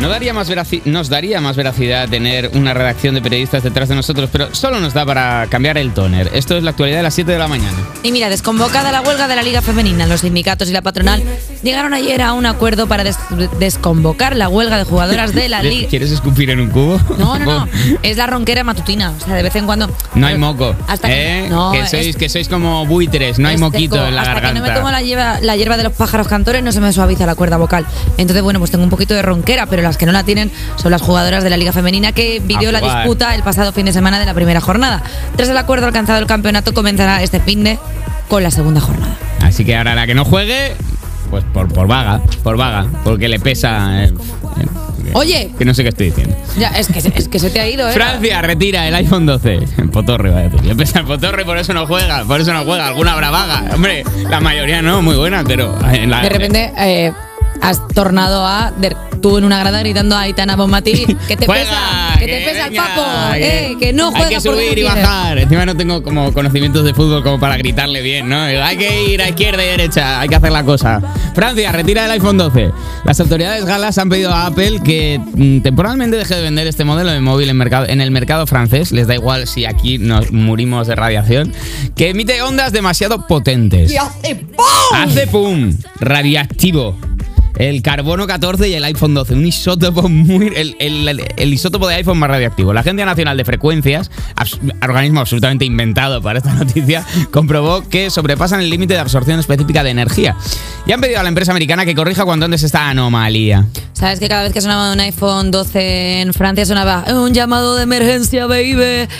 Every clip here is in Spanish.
No daría más veraci- nos daría más veracidad tener una redacción de periodistas detrás de nosotros, pero solo nos da para cambiar el tóner. Esto es la actualidad de las 7 de la mañana. Y mira, desconvocada la huelga de la Liga Femenina, los sindicatos y la patronal llegaron ayer a un acuerdo para des- desconvocar la huelga de jugadoras de la Liga. ¿Quieres escupir en un cubo? No, no, no. Es la ronquera matutina. O sea, de vez en cuando. No hay moco. Hasta que- ¿eh? no, que, es- sois, que sois como buitres, no hay Es moquito seco. en la Hasta garganta. que no me tomo la hierba, la hierba de los pájaros cantores, no se me suaviza la cuerda vocal. Entonces, bueno, pues tengo un poquito de ronquera, pero las que no la tienen son las jugadoras de la Liga Femenina que vivió la jugar. disputa el pasado fin de semana de la primera jornada. Tras el acuerdo alcanzado, el campeonato comenzará este fin de con la segunda jornada. Así que ahora la que no juegue, pues por, por vaga, por vaga, porque le pesa. eh, eh, Oye. Que no sé qué estoy diciendo. Ya, es que, se- es que se te ha ido, ¿eh? Francia retira el iPhone 12. Potorre, vaya tío. Le pesa el Potorre, por eso no juega, por eso no juega. Alguna habrá vaga. Hombre, la mayoría no, muy buena, pero. en la- De repente eh, has tornado a de- tú en una grada gritando a Aitana Bonmatí que te Juega, pesa, que te pesa el venga, papo, eh, que no juega Hay que porque no subir y quiere. bajar. Encima no tengo como conocimientos de fútbol como para gritarle bien, ¿no? Digo, Hay que ir a izquierda y derecha, hay que hacer la cosa. Francia, retira el iPhone 12. Las autoridades galas han pedido a Apple que mm, temporalmente deje de vender este modelo de móvil en, mercado, en el mercado francés. Les da igual si aquí nos morimos de radiación. Que emite ondas demasiado potentes. Hace pum, radiactivo. El carbono 14 y el iPhone 12. Un isótopo muy. El, el- el- el isótopo de iPhone más radioactivo. La Agencia Nacional de Frecuencias, abs- organismo absolutamente inventado para esta noticia, comprobó que sobrepasan el límite de absorción específica de energía. Y han pedido a la empresa americana que corrija cuanto antes esta anomalía. Sabes que cada vez que sonaba un iPhone 12 en Francia sonaba un llamado de emergencia, baby.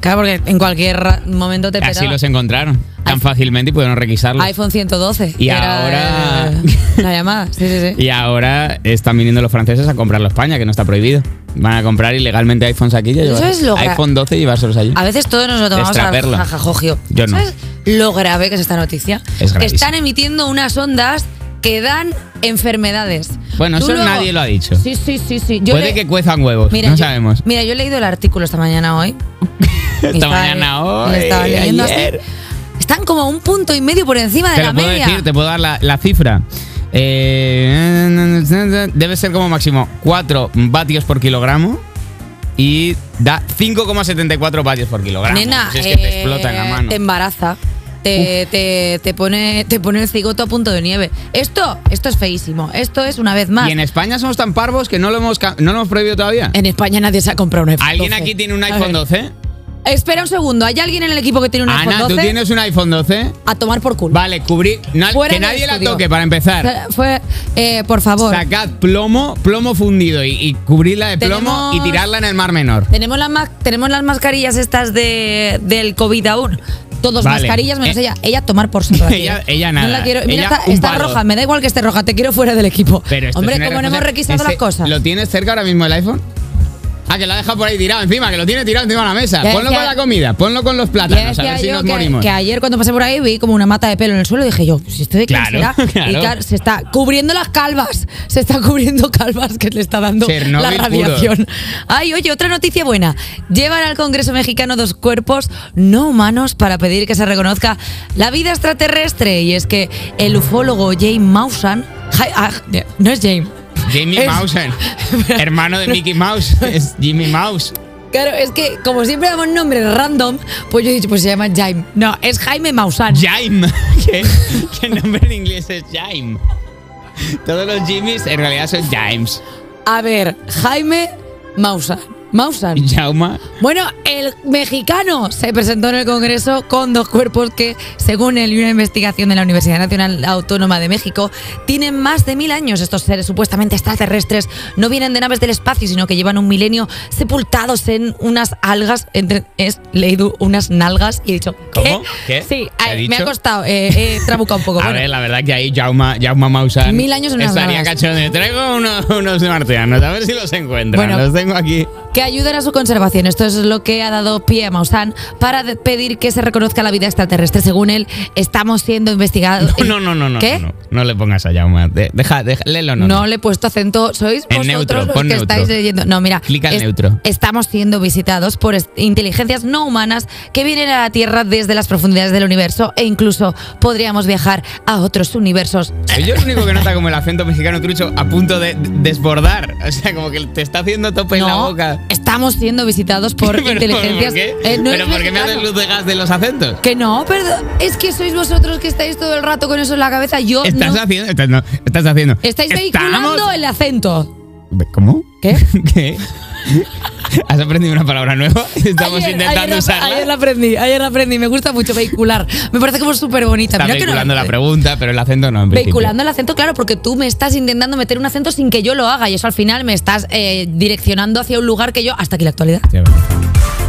Claro, porque en cualquier ra- momento te Así petaba. los encontraron tan fácilmente y pudieron requisarlo. iPhone 112. Y que era, ahora- eh, la llamada. Sí, sí, sí. Y ahora están viniendo los franceses a comprarlo a España, que no está prohibido. Van a comprar ilegalmente iPhones aquí y a Eso llevar- es lo que- iPhone 12 y llevárselos allí. A veces todos nos lo tomamos a Destraperlo. jajajogio. Yo no. ¿Sabes lo grave que es esta noticia? Es que gravísimo. están emitiendo unas ondas que dan enfermedades. Bueno, Tú eso luego- nadie lo ha dicho. Sí, sí, sí, sí. Yo Puede le- que cuezan huevos, no yo- sabemos. Mira, yo he leído el artículo esta mañana hoy. Y Esta estaba- mañana hoy, y estaba leyendo así. ayer. Están como un punto y medio por encima de Te la lo puedo media. decir, te puedo dar la, la cifra. Eh, debe ser como máximo 4 vatios por kilogramo y da 5,74 vatios por kilogramo. Nena, Si es que te eh, explota en la mano. te embaraza. Te, te- te pone, te pone el cigoto a punto de nieve. Esto, esto es feísimo. Esto es una vez más. Y en España somos tan parvos que no lo hemos, ca- no lo hemos prohibido todavía. En España nadie se ha comprado un iPhone. ¿Alguien 12. aquí tiene un A iPhone 12? ver. Espera un segundo, ¿hay alguien en el equipo que tiene un iPhone Ana, 12? ¿tú tienes un iPhone 12? A tomar por culo. Vale, cubrí. na- Fuera que del nadie la estudio. toque para empezar. Eh, Fue, eh, por favor. Sacad plomo, plomo fundido y, y cubrirla de plomo Tenemos- y tirarla en el mar menor. Tenemos, las ma- tenemos las mascarillas estas de, del COVID aún. Todos Vale. mascarillas, menos Eh. ella. Ella tomar por su Ella- ella nada. No la quiero. Ella Mira, está, un está palo. roja. Me da igual que esté roja. Te quiero fuera del equipo. Pero esto Hombre, es una como no hemos irresponsable- requisado Este, las cosas. ¿Lo tienes cerca ahora mismo el iPhone? Ah, que lo ha dejado por ahí tirado encima, que lo tiene tirado encima de la mesa. Ya ponlo decía- con la comida, ponlo con los Ya plátanos, a decía ver si yo nos que, morimos. que ayer cuando pasé por ahí vi como una mata de pelo en el suelo y dije yo, si estoy de quién Claro, será? Y claro. claro, se está cubriendo las calvas, se está cubriendo calvas que le está dando Chernóbil la puro. radiación. Ay, oye, otra noticia buena. Llevan al Congreso mexicano dos cuerpos no humanos para pedir que se reconozca la vida extraterrestre. Y es que el ufólogo James Maussan, Ja- ah, no es James. Jamie Es- Mausen, eh. hermano de Mickey Mouse, es Jimmy Mouse. Claro, es que como siempre damos nombres random, pues yo he dicho, pues se llama Jaime. No, es Jaime Maussan. Jaime. ¿Qué, qué nombre en inglés es Jaime? Todos los Jimmys en realidad son James. A ver, Jaime Maussan. Maussan. Jauma. Bueno, el mexicano se presentó en el Congreso con dos cuerpos que, según él y una investigación de la Universidad Nacional Autónoma de México, tienen más de mil años. Estos seres supuestamente extraterrestres no vienen de naves del espacio, sino que llevan un milenio sepultados en unas algas. Entre, es leído unas nalgas y he dicho. ¿qué? ¿Cómo? ¿Qué? Sí, ¿Qué ha ay, me ha dicho? costado. eh, he trabucado un poco. A bueno. ver, la verdad que ahí Jauma, Jauma Maussan Mil años en unas estaría bravas. cachón. Traigo unos, unos marcianos, a ver si los encuentran. Bueno. Eh, los tengo aquí. que que ayuden a su conservación. Esto es lo que ha dado pie a Maussan para de- pedir que se reconozca la vida extraterrestre. Según él, estamos siendo investigados. No, no, no, no. ¿Qué? No, no, no le pongas allá, Uma. De- deja, deja, léelo, no. No, le he puesto acento, sois En vosotros neutro, los que pon neutro. estáis leyendo. No, mira. Clica en neutro. Estamos siendo visitados por est- inteligencias no humanas que vienen a la Tierra desde las profundidades del universo e incluso podríamos viajar a otros universos. Soy yo el único que nota como el acento mexicano trucho a punto de de desbordar. O sea, como que te está haciendo tope en Pues la No, boca. estamos siendo visitados por Pero, inteligencias. ¿Por qué? Eh, no ¿Pero es por qué me mexicano. haces luz de gas de los acentos? Que no, perdón. Es que sois vosotros que estáis todo el rato con eso en la cabeza. Yo Estás no. haciendo. Estás, no, estás haciendo. Estáis vehiculando Estamos- el acento. ¿Cómo? ¿Qué? ¿Qué? ¿Has aprendido una palabra nueva? Estamos Ayer- intentando ayer la- usarla. Ayer la aprendí, ayer la aprendí. Me gusta mucho vehicular. Me parece como súper bonita. Está vehiculando la pregunta, pero el acento no. en principio. Vehiculando el acento, claro, porque tú me estás intentando meter un acento sin que yo lo haga y eso al final me estás eh, direccionando hacia un lugar que yo. Hasta aquí la actualidad. Sí, bueno.